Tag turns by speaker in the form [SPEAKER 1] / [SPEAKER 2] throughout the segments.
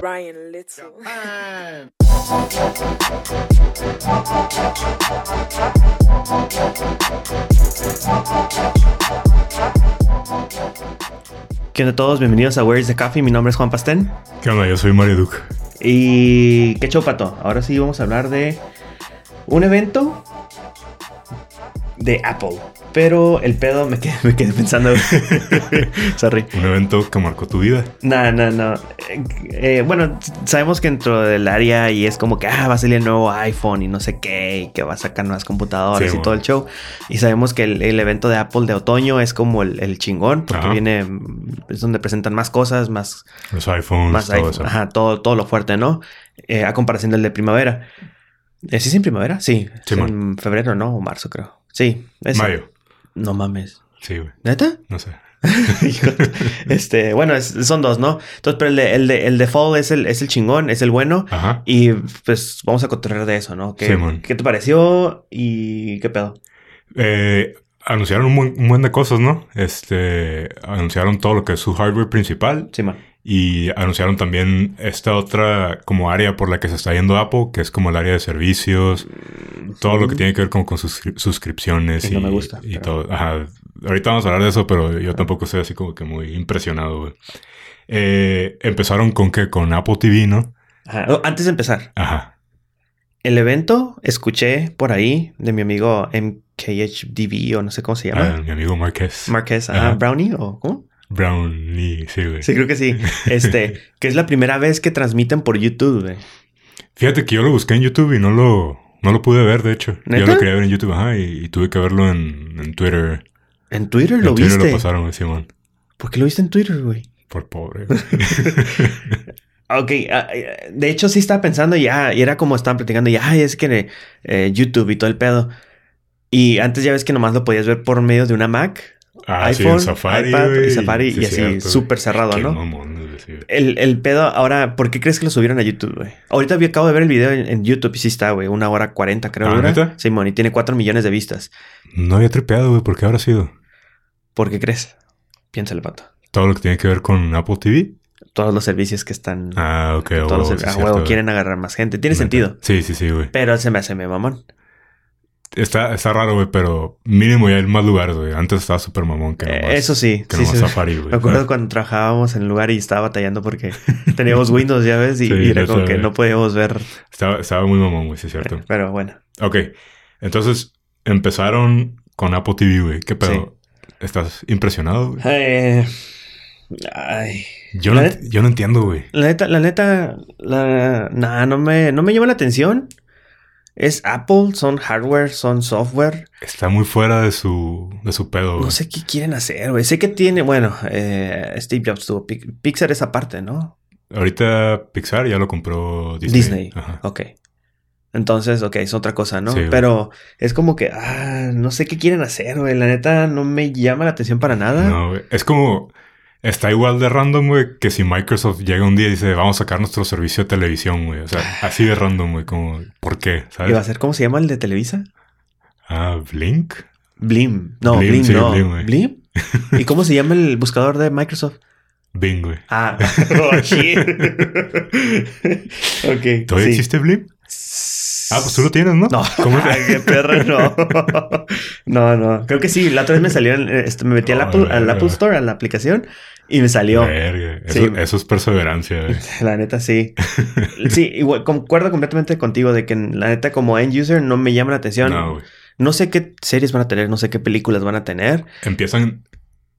[SPEAKER 1] Brian Little.
[SPEAKER 2] Japan.
[SPEAKER 3] ¿Qué onda a todos? Bienvenidos a Where's the Coffee. Mi nombre es Juan Pastén.
[SPEAKER 4] ¿Qué onda? Yo soy Mario Duke.
[SPEAKER 3] Y qué chopato. Ahora sí vamos a hablar de un evento de Apple. Pero el pedo me quedé, me quedé pensando. Sorry.
[SPEAKER 4] Un evento que marcó tu vida.
[SPEAKER 3] No, no, no. Eh, eh, bueno, sabemos que dentro del área y es como que ah, va a salir el nuevo iPhone y no sé qué, y que va a sacar nuevas computadoras
[SPEAKER 4] Sí,
[SPEAKER 3] y todo
[SPEAKER 4] bueno.
[SPEAKER 3] el show. Y sabemos que el, el evento de Apple de otoño es como el, el chingón, porque
[SPEAKER 4] Ajá.
[SPEAKER 3] viene, es donde presentan más cosas, más
[SPEAKER 4] Los iPhones,
[SPEAKER 3] más
[SPEAKER 4] todo
[SPEAKER 3] iPhone,
[SPEAKER 4] eso.
[SPEAKER 3] ajá, todo, todo lo fuerte, ¿no? Eh, a comparación del de primavera. Eh, ¿Sí es en primavera? Sí. Es
[SPEAKER 4] Simón.
[SPEAKER 3] en febrero, ¿no? O marzo, creo. Sí. ese.
[SPEAKER 4] Mayo.
[SPEAKER 3] No mames.
[SPEAKER 4] Sí, güey.
[SPEAKER 3] ¿Neta?
[SPEAKER 4] No sé.
[SPEAKER 3] Hijo de- este, bueno, es- son dos, ¿no? Entonces, pero el de, el de, el de fall es el, es el chingón, es el bueno.
[SPEAKER 4] Ajá.
[SPEAKER 3] Y pues vamos a cotorrear de eso, ¿no? ¿Qué,
[SPEAKER 4] Simón.
[SPEAKER 3] ¿Qué te pareció y qué pedo?
[SPEAKER 4] Eh, anunciaron un buen, un buen de cosas, ¿no? Este, anunciaron todo lo que es su hardware principal
[SPEAKER 3] Simón.
[SPEAKER 4] y anunciaron también esta otra como área por la que se está yendo Apple, que es como el área de servicios, Mm, todo lo que tiene que ver como con suscri- suscripciones
[SPEAKER 3] Sí,
[SPEAKER 4] y,
[SPEAKER 3] no me gusta,
[SPEAKER 4] y
[SPEAKER 3] pero-
[SPEAKER 4] todo. Ajá. Ahorita vamos a hablar de eso, pero yo tampoco estoy así como que muy impresionado, güey. Eh, empezaron con que con Apple TV, ¿no?
[SPEAKER 3] Ajá. Oh, antes de empezar,
[SPEAKER 4] Ajá.
[SPEAKER 3] el evento escuché por ahí de mi amigo MKHDB o no sé cómo se llama.
[SPEAKER 4] Ah, mi amigo Marquez.
[SPEAKER 3] Marquez,
[SPEAKER 4] Ajá.
[SPEAKER 3] ajá, Brownie o cómo?
[SPEAKER 4] Brownie, sí, güey.
[SPEAKER 3] Sí, creo que sí. Este, que es la primera vez que transmiten por YouTube, güey.
[SPEAKER 4] Fíjate que yo lo busqué en YouTube y no lo, no lo pude ver, de hecho.
[SPEAKER 3] ¿Neta?
[SPEAKER 4] Yo lo quería ver en YouTube, ajá, y, y tuve que verlo en, en Twitter.
[SPEAKER 3] En Twitter
[SPEAKER 4] En
[SPEAKER 3] lo
[SPEAKER 4] Twitter
[SPEAKER 3] viste.
[SPEAKER 4] lo pasaron, güey, Simón.
[SPEAKER 3] ¿Por qué lo viste en Twitter, güey?
[SPEAKER 4] Por pobre. güey.
[SPEAKER 3] Ok, ah, eh, de hecho sí estaba pensando ya, y era como estaban platicando, ya, ay, es que eh, YouTube y todo el pedo. Y antes ya ves que nomás lo podías ver por medio de una Mac,
[SPEAKER 4] Ah, sí,
[SPEAKER 3] iPhone,
[SPEAKER 4] en Safari,
[SPEAKER 3] iPad
[SPEAKER 4] güey,
[SPEAKER 3] y Safari,
[SPEAKER 4] sí,
[SPEAKER 3] y así,
[SPEAKER 4] cierto,
[SPEAKER 3] súper cerrado,
[SPEAKER 4] güey. Qué
[SPEAKER 3] ¿no?
[SPEAKER 4] mamón, güey, sí, güey.
[SPEAKER 3] El, el pedo, ahora, ¿por qué crees que lo subieron a YouTube, güey? Ahorita vi- acabo de ver el video en, en YouTube y sí está, güey, una hora cuarenta, creo.
[SPEAKER 4] Ah,
[SPEAKER 3] dura.
[SPEAKER 4] ¿neta?
[SPEAKER 3] Simón, y tiene cuatro millones de vistas.
[SPEAKER 4] No había tripeado, güey, ¿por qué habrá sido?
[SPEAKER 3] ¿Por qué crees? Piénsale, pato.
[SPEAKER 4] Todo lo que tiene que ver con Apple TV.
[SPEAKER 3] Todos los servicios que están.
[SPEAKER 4] Ah, ok,
[SPEAKER 3] todos
[SPEAKER 4] a huevo,
[SPEAKER 3] los servi-
[SPEAKER 4] sí,
[SPEAKER 3] a
[SPEAKER 4] cierto,
[SPEAKER 3] huevo,
[SPEAKER 4] güey.
[SPEAKER 3] quieren agarrar más gente. Tiene
[SPEAKER 4] Neta.
[SPEAKER 3] sentido.
[SPEAKER 4] Sí, sí, sí, güey.
[SPEAKER 3] Pero se me hace me mamón.
[SPEAKER 4] Está, está raro, güey, pero mínimo ya hay más lugares, güey. Antes estaba súper mamón que
[SPEAKER 3] Eh,
[SPEAKER 4] nomás,
[SPEAKER 3] eso sí.
[SPEAKER 4] que
[SPEAKER 3] sí,
[SPEAKER 4] nomás
[SPEAKER 3] sí.
[SPEAKER 4] Safari, güey.
[SPEAKER 3] Me acuerdo cuando trabajábamos en el lugar y estaba batallando porque teníamos Windows, ya ves, y,
[SPEAKER 4] Sí,
[SPEAKER 3] y era
[SPEAKER 4] neta,
[SPEAKER 3] como que
[SPEAKER 4] güey.
[SPEAKER 3] no podíamos ver.
[SPEAKER 4] Estaba, estaba muy mamón, güey, sí, es cierto.
[SPEAKER 3] Pero bueno.
[SPEAKER 4] Ok. Entonces, empezaron con Apple TV, güey. ¿Qué pedo? ¿Estás impresionado, güey?
[SPEAKER 3] Eh, ay.
[SPEAKER 4] Yo, no,
[SPEAKER 3] ¿Eh?
[SPEAKER 4] yo no entiendo, güey.
[SPEAKER 3] La neta, la neta, la, nah, no me, no me llama la atención. Es Apple, son hardware, son software.
[SPEAKER 4] Está muy fuera de su, de su pedo, güey.
[SPEAKER 3] No sé qué quieren hacer, güey. Sé que tiene, bueno, eh, Steve Jobs tuvo Pic- Pixar esa parte, ¿no?
[SPEAKER 4] Ahorita Pixar ya lo compró Disney.
[SPEAKER 3] Disney.
[SPEAKER 4] Ajá.
[SPEAKER 3] Ok. Entonces, ok, es otra cosa, ¿no?
[SPEAKER 4] Sí, güey.
[SPEAKER 3] Pero es como que, ah, no sé qué quieren hacer, güey. La neta no me llama la atención para nada.
[SPEAKER 4] No, güey. Es como... Está igual de random, güey, que si Microsoft llega un día y dice, vamos a sacar nuestro servicio de televisión, güey. O sea, así de random, güey. Como, ¿por qué?
[SPEAKER 3] Ah. ¿Y va a
[SPEAKER 4] ¿Sabes?
[SPEAKER 3] ser cómo se llama el de Televisa?
[SPEAKER 4] Ah, Blink.
[SPEAKER 3] Blim. No, Blim,
[SPEAKER 4] Blim, sí,
[SPEAKER 3] no.
[SPEAKER 4] Blim, güey.
[SPEAKER 3] Blim. ¿Y cómo se llama el buscador de Microsoft?
[SPEAKER 4] Bing, güey.
[SPEAKER 3] Ah, oh, shit. ok.
[SPEAKER 4] ¿Todavía
[SPEAKER 3] sí.
[SPEAKER 4] existe Blink? Ah, pues tú lo tienes, ¿no?
[SPEAKER 3] No.
[SPEAKER 4] ¿Cómo es?
[SPEAKER 3] Ay, qué perro, no. No, no. Creo que sí. La otra vez me salió, en- eh, este, me metí al
[SPEAKER 4] No,
[SPEAKER 3] Apple,
[SPEAKER 4] no,
[SPEAKER 3] al
[SPEAKER 4] no.
[SPEAKER 3] Apple Store, a la aplicación, y me salió.
[SPEAKER 4] Verga, Eso,
[SPEAKER 3] Sí.
[SPEAKER 4] eso es perseverancia, güey.
[SPEAKER 3] La neta, sí. Sí, igual, concuerdo completamente contigo de que la neta, como end user, no me llama la atención.
[SPEAKER 4] No,
[SPEAKER 3] No,
[SPEAKER 4] güey.
[SPEAKER 3] sé qué series van a tener, no sé qué películas van a tener.
[SPEAKER 4] Empiezan.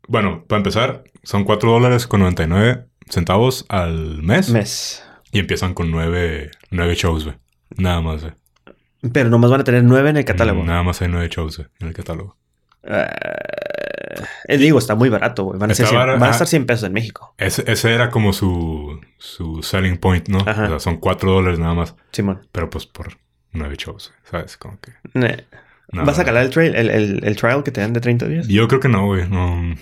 [SPEAKER 4] Bueno, para empezar, son 4 dólares con 99 centavos al mes.
[SPEAKER 3] Mes.
[SPEAKER 4] Y empiezan con 9, nueve shows, güey. Nada más, güey.
[SPEAKER 3] Pero nomás van a tener nueve en el catálogo.
[SPEAKER 4] Nada más hay 9 shows, güey, en el catálogo.
[SPEAKER 3] Eh, eh, digo, está muy barato, güey. Van, a
[SPEAKER 4] Está
[SPEAKER 3] ser 100
[SPEAKER 4] barato,
[SPEAKER 3] van a
[SPEAKER 4] ajá.
[SPEAKER 3] estar 100 pesos en México,
[SPEAKER 4] Ese, ese era como su, su selling point, ¿no?
[SPEAKER 3] Ajá.
[SPEAKER 4] O sea, son 4 dólares nada más.
[SPEAKER 3] Simón.
[SPEAKER 4] Pero pues por 9 shows, güey, ¿sabes? Como que.
[SPEAKER 3] Ne.
[SPEAKER 4] nada.
[SPEAKER 3] ¿Vas a calar el, trail, el, el- el trial que te dan de 30 días?
[SPEAKER 4] Yo creo que no, güey. No.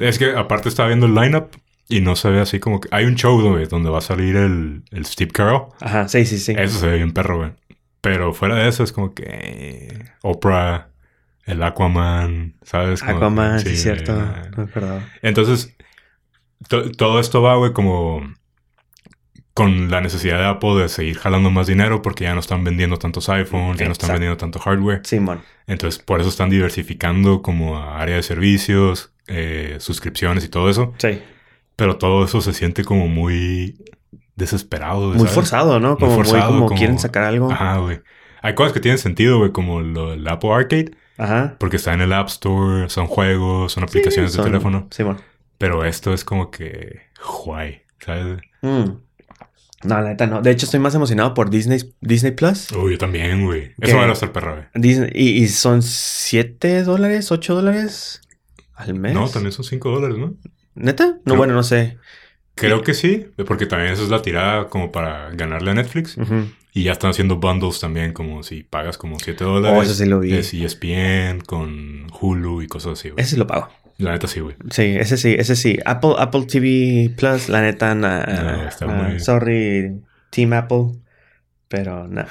[SPEAKER 4] Es que aparte estaba viendo el lineup y no se ve así como que. Hay un show, güey, donde va a salir el, el Steve Carell.
[SPEAKER 3] Ajá, sí, sí, sí.
[SPEAKER 4] Eso se ve bien perro, güey. Pero fuera de eso es como que eh, Oprah, el Aquaman, ¿sabes? Como que- eh.
[SPEAKER 3] Aquaman, Ah, sí, es
[SPEAKER 4] güey,
[SPEAKER 3] cierto.
[SPEAKER 4] ajá.
[SPEAKER 3] No me acordaba.
[SPEAKER 4] Entonces, to- todo esto va, güey, como con la necesidad de Apple de seguir jalando más dinero porque ya no están vendiendo tantos iPhones, ya no están
[SPEAKER 3] Exacto.
[SPEAKER 4] vendiendo tanto hardware.
[SPEAKER 3] Simón.
[SPEAKER 4] Entonces, por eso están diversificando como a área de servicios, eh, suscripciones y todo eso.
[SPEAKER 3] Sí.
[SPEAKER 4] Pero todo eso se siente como muy desesperado.
[SPEAKER 3] Muy
[SPEAKER 4] ¿sabes?
[SPEAKER 3] forzado, ¿no? Como muy,
[SPEAKER 4] forzado,
[SPEAKER 3] como,
[SPEAKER 4] como-
[SPEAKER 3] quieren sacar algo. Ajá.
[SPEAKER 4] Ajá, güey. Hay cosas que tienen sentido, güey, como lo, el Apple Arcade, porque está en el App Store, son juegos, son aplicaciones
[SPEAKER 3] Son-
[SPEAKER 4] de teléfono.
[SPEAKER 3] Simón.
[SPEAKER 4] Pero esto es como que, guay, ¿sabes?
[SPEAKER 3] Mm. No, la neta no. De hecho, estoy más emocionado por Disney, Disney Plus.
[SPEAKER 4] Uy, yo también, güey.
[SPEAKER 3] ¿Qué?
[SPEAKER 4] Eso me va a estar perro, güey.
[SPEAKER 3] Disney, y, y son 7 dólares, 8 dólares al mes.
[SPEAKER 4] No, también son 5 dólares, ¿no?
[SPEAKER 3] ¿Neta? No,
[SPEAKER 4] Creo-
[SPEAKER 3] bueno, no sé.
[SPEAKER 4] Creo que sí, porque también esa es la tirada como para ganarle a Netflix.
[SPEAKER 3] Ujú.
[SPEAKER 4] Y ya están haciendo bundles también, como si pagas como 7
[SPEAKER 3] Oh, eso
[SPEAKER 4] dólares. E
[SPEAKER 3] sí lo vi.
[SPEAKER 4] Es ESPN con Hulu y cosas así, güey.
[SPEAKER 3] Ese sí lo pago.
[SPEAKER 4] La neta sí, güey.
[SPEAKER 3] Sí, ese sí, ese sí. Apple, Apple TV Plus, la neta, na-
[SPEAKER 4] No, está
[SPEAKER 3] ah,
[SPEAKER 4] muy-
[SPEAKER 3] sorry, Team Apple, pero no.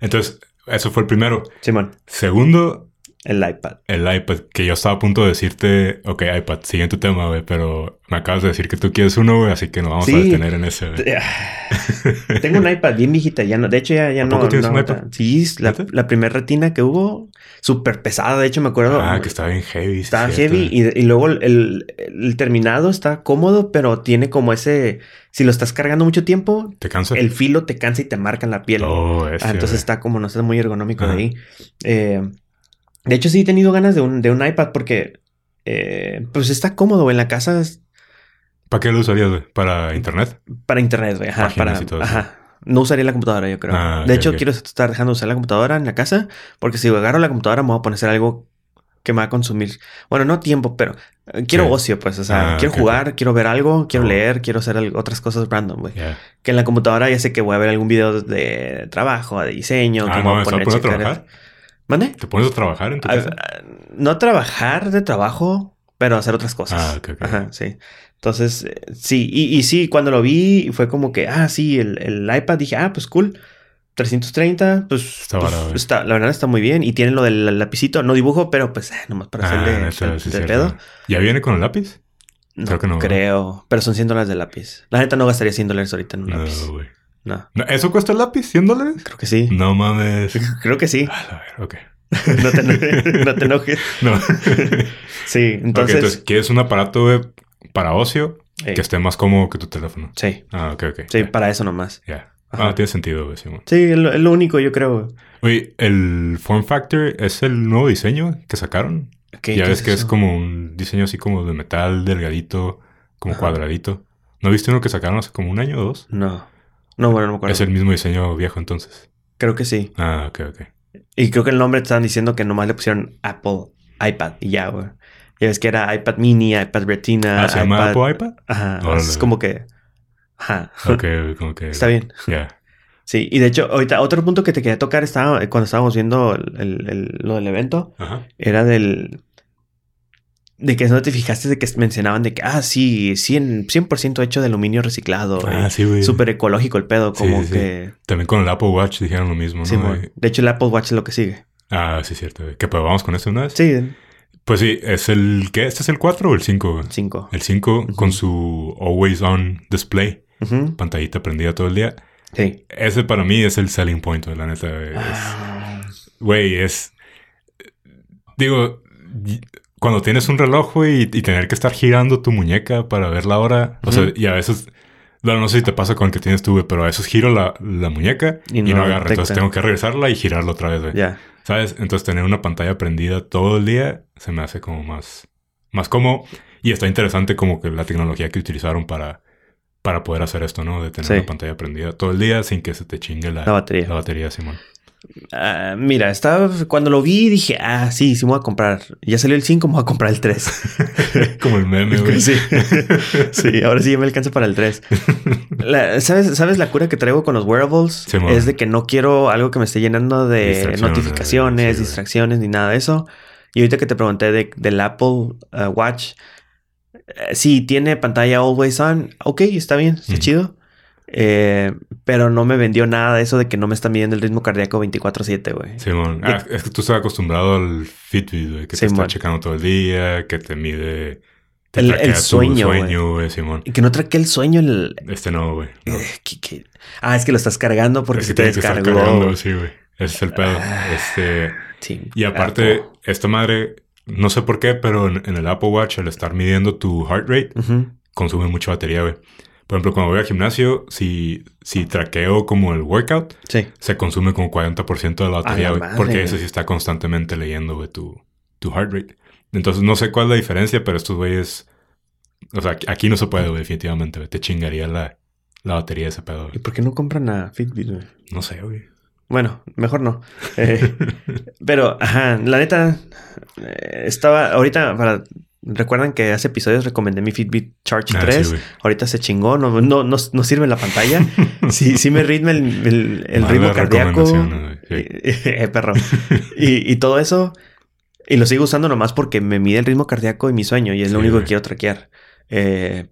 [SPEAKER 4] Entonces, eso fue el primero.
[SPEAKER 3] Simón,
[SPEAKER 4] Segundo,
[SPEAKER 3] el iPad.
[SPEAKER 4] el iPad, que yo estaba a punto de decirte, ok, iPad, siguiente tema, güey, pero me acabas de decir que tú quieres uno, güey, así que nos vamos a
[SPEAKER 3] Sí.
[SPEAKER 4] detener en ese, güey.
[SPEAKER 3] ah, Tengo un iPad bien viejita, ya no, de hecho ya, ya
[SPEAKER 4] ¿A
[SPEAKER 3] no.
[SPEAKER 4] poco tienes
[SPEAKER 3] no
[SPEAKER 4] un
[SPEAKER 3] aguanta.
[SPEAKER 4] iPad?
[SPEAKER 3] Sí, es la,
[SPEAKER 4] ¿Neta?
[SPEAKER 3] la primera retina que hubo, súper pesada, de hecho me acuerdo.
[SPEAKER 4] Ah, que está bien heavy. sí,
[SPEAKER 3] Está
[SPEAKER 4] cierto,
[SPEAKER 3] heavy
[SPEAKER 4] güey.
[SPEAKER 3] y, y luego el, el- el terminado está cómodo, pero tiene como ese, si lo estás cargando mucho tiempo,
[SPEAKER 4] ¿Te cansa?
[SPEAKER 3] el filo te cansa y te marca en la piel.
[SPEAKER 4] Oh,
[SPEAKER 3] Ah,
[SPEAKER 4] bestia,
[SPEAKER 3] entonces
[SPEAKER 4] güey.
[SPEAKER 3] está como no está muy ergonómico de
[SPEAKER 4] Ajá.
[SPEAKER 3] ahí. Eh, de hecho, sí he tenido ganas de un, de un iPad porque eh, pues está cómodo en la casa es
[SPEAKER 4] ¿Para qué lo usarías, güey? ¿Para internet?
[SPEAKER 3] para internet, güey. Ajá,
[SPEAKER 4] Páginas
[SPEAKER 3] para-
[SPEAKER 4] y todo eso.
[SPEAKER 3] ajá. No usaría la computadora, yo creo.
[SPEAKER 4] Ah,
[SPEAKER 3] de
[SPEAKER 4] ok,
[SPEAKER 3] hecho,
[SPEAKER 4] ok.
[SPEAKER 3] quiero estar dejando de usar la computadora en la casa porque si agarro la computadora me voy a poner a hacer algo que me va a consumir. Bueno, no tiempo, pero eh, quiero
[SPEAKER 4] Sí.
[SPEAKER 3] ocio, pues. O sea,
[SPEAKER 4] Ah,
[SPEAKER 3] quiero
[SPEAKER 4] ok, ok.
[SPEAKER 3] jugar, quiero ver algo, quiero
[SPEAKER 4] Oh.
[SPEAKER 3] leer, quiero hacer al- otras cosas random, güey.
[SPEAKER 4] Ya.
[SPEAKER 3] Que en la computadora ya sé que voy a ver algún video de trabajo, de diseño.
[SPEAKER 4] Ah,
[SPEAKER 3] que me
[SPEAKER 4] no,
[SPEAKER 3] voy
[SPEAKER 4] ¿me
[SPEAKER 3] a
[SPEAKER 4] estás
[SPEAKER 3] poner Ah, a
[SPEAKER 4] poniendo a
[SPEAKER 3] checar el-
[SPEAKER 4] trabajar?
[SPEAKER 3] ¿Mande?
[SPEAKER 4] ¿Te pones a trabajar en tu
[SPEAKER 3] A-
[SPEAKER 4] casa?
[SPEAKER 3] a- no trabajar de trabajo, pero hacer otras cosas.
[SPEAKER 4] Ah, ok, ok.
[SPEAKER 3] Ajá, sí. Entonces, eh, sí, y, y sí, cuando lo vi fue como que, ah, sí, el, el iPad, dije, ah, pues cool. 330, pues,
[SPEAKER 4] Está
[SPEAKER 3] pues,
[SPEAKER 4] barato, eh.
[SPEAKER 3] está- la verdad está muy bien. Y tiene lo del lapicito, no dibujo, pero pues eh, nomás para
[SPEAKER 4] Ah,
[SPEAKER 3] hacerle
[SPEAKER 4] neta,
[SPEAKER 3] el,
[SPEAKER 4] sí,
[SPEAKER 3] el
[SPEAKER 4] cierto.
[SPEAKER 3] pedo.
[SPEAKER 4] ¿Ya viene con el lápiz?
[SPEAKER 3] No,
[SPEAKER 4] Creo que no, ¿verdad?
[SPEAKER 3] creo. pero son 100 dólares de lápiz. La neta no gastaría 100 dólares ahorita en un lápiz.
[SPEAKER 4] No, güey.
[SPEAKER 3] No,
[SPEAKER 4] No, ¿Eso cuesta el lápiz? ¿100 dólares?
[SPEAKER 3] creo que sí.
[SPEAKER 4] No mames.
[SPEAKER 3] Creo que sí.
[SPEAKER 4] Ah, la ver, ok.
[SPEAKER 3] No te, eno- no te enojes.
[SPEAKER 4] No. Ok,
[SPEAKER 3] Sí, entonces.
[SPEAKER 4] entonces, ¿quieres un aparato güey, para ocio
[SPEAKER 3] eh,
[SPEAKER 4] que esté más cómodo que tu teléfono?
[SPEAKER 3] sí,
[SPEAKER 4] Ah, ok, ok.
[SPEAKER 3] sí,
[SPEAKER 4] Ya.
[SPEAKER 3] para eso nomás.
[SPEAKER 4] Ya.
[SPEAKER 3] Ajá.
[SPEAKER 4] Ah, tiene sentido, güey, Simón.
[SPEAKER 3] Sí, es lo, es lo único, yo creo.
[SPEAKER 4] Oye, ¿el Form Factor es el nuevo diseño que sacaron?
[SPEAKER 3] ¿Qué-
[SPEAKER 4] ya
[SPEAKER 3] qué
[SPEAKER 4] ves que es
[SPEAKER 3] eso?
[SPEAKER 4] como un diseño así como de metal, delgadito, como
[SPEAKER 3] Ajá.
[SPEAKER 4] cuadradito. ¿No viste uno que sacaron hace como un año o dos?
[SPEAKER 3] No. No, bueno, no me acuerdo.
[SPEAKER 4] Es el mismo diseño viejo entonces.
[SPEAKER 3] Creo que sí.
[SPEAKER 4] Ah, ok, ok.
[SPEAKER 3] Y creo que el nombre estaban diciendo que nomás le pusieron Apple iPad y ya, güey. Ya ves que era iPad Mini, iPad Retina.
[SPEAKER 4] Ah, ¿se llama Apple iPad?
[SPEAKER 3] Ajá.
[SPEAKER 4] Órale.
[SPEAKER 3] Es como que. Ajá.
[SPEAKER 4] Ok, como que...
[SPEAKER 3] Está bien.
[SPEAKER 4] Ya.
[SPEAKER 3] Sí, y de hecho, ahorita otro punto que te quería tocar estaba eh, cuando estábamos viendo el- el- el- lo del evento.
[SPEAKER 4] Ajá.
[SPEAKER 3] era del... De que no te fijaste de que mencionaban de que, ah, sí, 100, 100% hecho de aluminio reciclado.
[SPEAKER 4] Ah,
[SPEAKER 3] eh,
[SPEAKER 4] sí, güey.
[SPEAKER 3] Súper ecológico el pedo,
[SPEAKER 4] Sí,
[SPEAKER 3] como
[SPEAKER 4] sí, sí.
[SPEAKER 3] que...
[SPEAKER 4] También con el Apple Watch dijeron lo mismo, ¿no?
[SPEAKER 3] Sí, bueno.
[SPEAKER 4] Eh,
[SPEAKER 3] De hecho, el Apple Watch es lo que sigue.
[SPEAKER 4] Ah, sí, cierto. güey. ¿Qué, pues vamos con este una vez?
[SPEAKER 3] Sí,
[SPEAKER 4] Pues sí, es el... ¿Qué? ¿Este es el 4 o el 5? güey?
[SPEAKER 3] 5.
[SPEAKER 4] El 5
[SPEAKER 3] Ujú.
[SPEAKER 4] con su Always On Display.
[SPEAKER 3] Ujú.
[SPEAKER 4] Pantallita prendida todo el día.
[SPEAKER 3] Sí.
[SPEAKER 4] Ese para mí es el selling point, güey, la neta. güey. Es-
[SPEAKER 3] Ah,
[SPEAKER 4] Güey, es. Digo, y- cuando tienes un reloj, güey, y, y tener que estar girando tu muñeca para ver la hora. O sea,
[SPEAKER 3] Ujú.
[SPEAKER 4] y a veces. bueno, no sé si te pasa con el que tienes tú, güey, pero a veces giro la, la muñeca
[SPEAKER 3] Y
[SPEAKER 4] y
[SPEAKER 3] no
[SPEAKER 4] no, agarra.
[SPEAKER 3] detecta.
[SPEAKER 4] Entonces tengo que regresarla y girarla otra vez, güey.
[SPEAKER 3] Ya.
[SPEAKER 4] ¿Sabes? Entonces tener una pantalla prendida todo el día se me hace como más. Más cómodo. Y está interesante como que la tecnología que utilizaron para. Para poder hacer esto, ¿no? De tener
[SPEAKER 3] Sí.
[SPEAKER 4] la pantalla prendida todo el día sin que se te chingue la,
[SPEAKER 3] La batería.
[SPEAKER 4] la batería, Simón.
[SPEAKER 3] Ah, mira, estaba... Cuando lo vi dije, ah, sí, sí me voy a comprar. Ya salió el 5, me voy a comprar el 3.
[SPEAKER 4] como el meme, güey.
[SPEAKER 3] Sí. Sí, ahora sí ya me alcanza para el 3. ¿sabes, ¿Sabes la cura que traigo con los wearables?
[SPEAKER 4] Sí, mon.
[SPEAKER 3] es de que no quiero algo que me esté llenando de
[SPEAKER 4] Distracciones, sí,
[SPEAKER 3] notificaciones,
[SPEAKER 4] güey.
[SPEAKER 3] distracciones, ni nada de eso. Y ahorita que te pregunté de- del Apple uh, Watch, eh, sí, tiene pantalla Always On. Ok, está bien, está
[SPEAKER 4] Ujú.
[SPEAKER 3] chido. Eh, pero no me vendió nada de eso de que no me está midiendo el ritmo cardíaco 24-7, güey.
[SPEAKER 4] Simón,
[SPEAKER 3] Ya-
[SPEAKER 4] Ah, es que tú estás acostumbrado al Fitbit, güey, que te
[SPEAKER 3] Simón.
[SPEAKER 4] está checando todo el día, que te mide, Te
[SPEAKER 3] El-
[SPEAKER 4] traquea
[SPEAKER 3] el
[SPEAKER 4] tu
[SPEAKER 3] sueño, güey.
[SPEAKER 4] sueño, güey, Simón.
[SPEAKER 3] Y que no traqué el sueño. El...
[SPEAKER 4] Este no, güey. no.
[SPEAKER 3] Eh, que- que- Ah, es que lo estás cargando porque
[SPEAKER 4] Es
[SPEAKER 3] se te
[SPEAKER 4] que tienes que estar
[SPEAKER 3] descargó. Ah.
[SPEAKER 4] cargando, sí, güey. Ese es el pedo. Este,
[SPEAKER 3] Sí.
[SPEAKER 4] y aparte, esta madre, no sé por qué, pero en, en el Apple Watch, al estar midiendo tu heart rate,
[SPEAKER 3] Ujú.
[SPEAKER 4] consume mucha batería, güey. Por ejemplo, cuando voy al gimnasio, si, si traqueo como el workout,
[SPEAKER 3] Sí.
[SPEAKER 4] se consume como 40% de la batería,
[SPEAKER 3] la
[SPEAKER 4] güey.
[SPEAKER 3] madre,
[SPEAKER 4] Porque
[SPEAKER 3] güey.
[SPEAKER 4] eso sí está constantemente leyendo, güey, tu, tu heart rate. Entonces, no sé cuál es la diferencia, pero estos güeyes... O sea, aquí- aquí no se puede, güey, definitivamente, güey. Te chingaría la, la batería de ese
[SPEAKER 3] ¿Y
[SPEAKER 4] pedo, güey. Ah,
[SPEAKER 3] por qué no compran a Fitbit, güey?
[SPEAKER 4] No sé, güey.
[SPEAKER 3] Bueno, mejor no. Eh, pero, ajá, la neta, eh, estaba ahorita para... Recuerdan que hace episodios recomendé mi Fitbit Charge
[SPEAKER 4] Ah,
[SPEAKER 3] 3.
[SPEAKER 4] sí, güey.
[SPEAKER 3] ahorita se chingó, no, no, no, no sirve la pantalla. Sí, sí me ritme el, el- el
[SPEAKER 4] Malas
[SPEAKER 3] ritmo cardíaco.
[SPEAKER 4] recomendaciones, güey. Sí.
[SPEAKER 3] Eh, perro. Y, y todo eso. Y lo sigo usando nomás porque me mide el ritmo cardíaco y mi sueño. Y es lo
[SPEAKER 4] Sí,
[SPEAKER 3] único
[SPEAKER 4] güey.
[SPEAKER 3] que quiero traquear. Eh,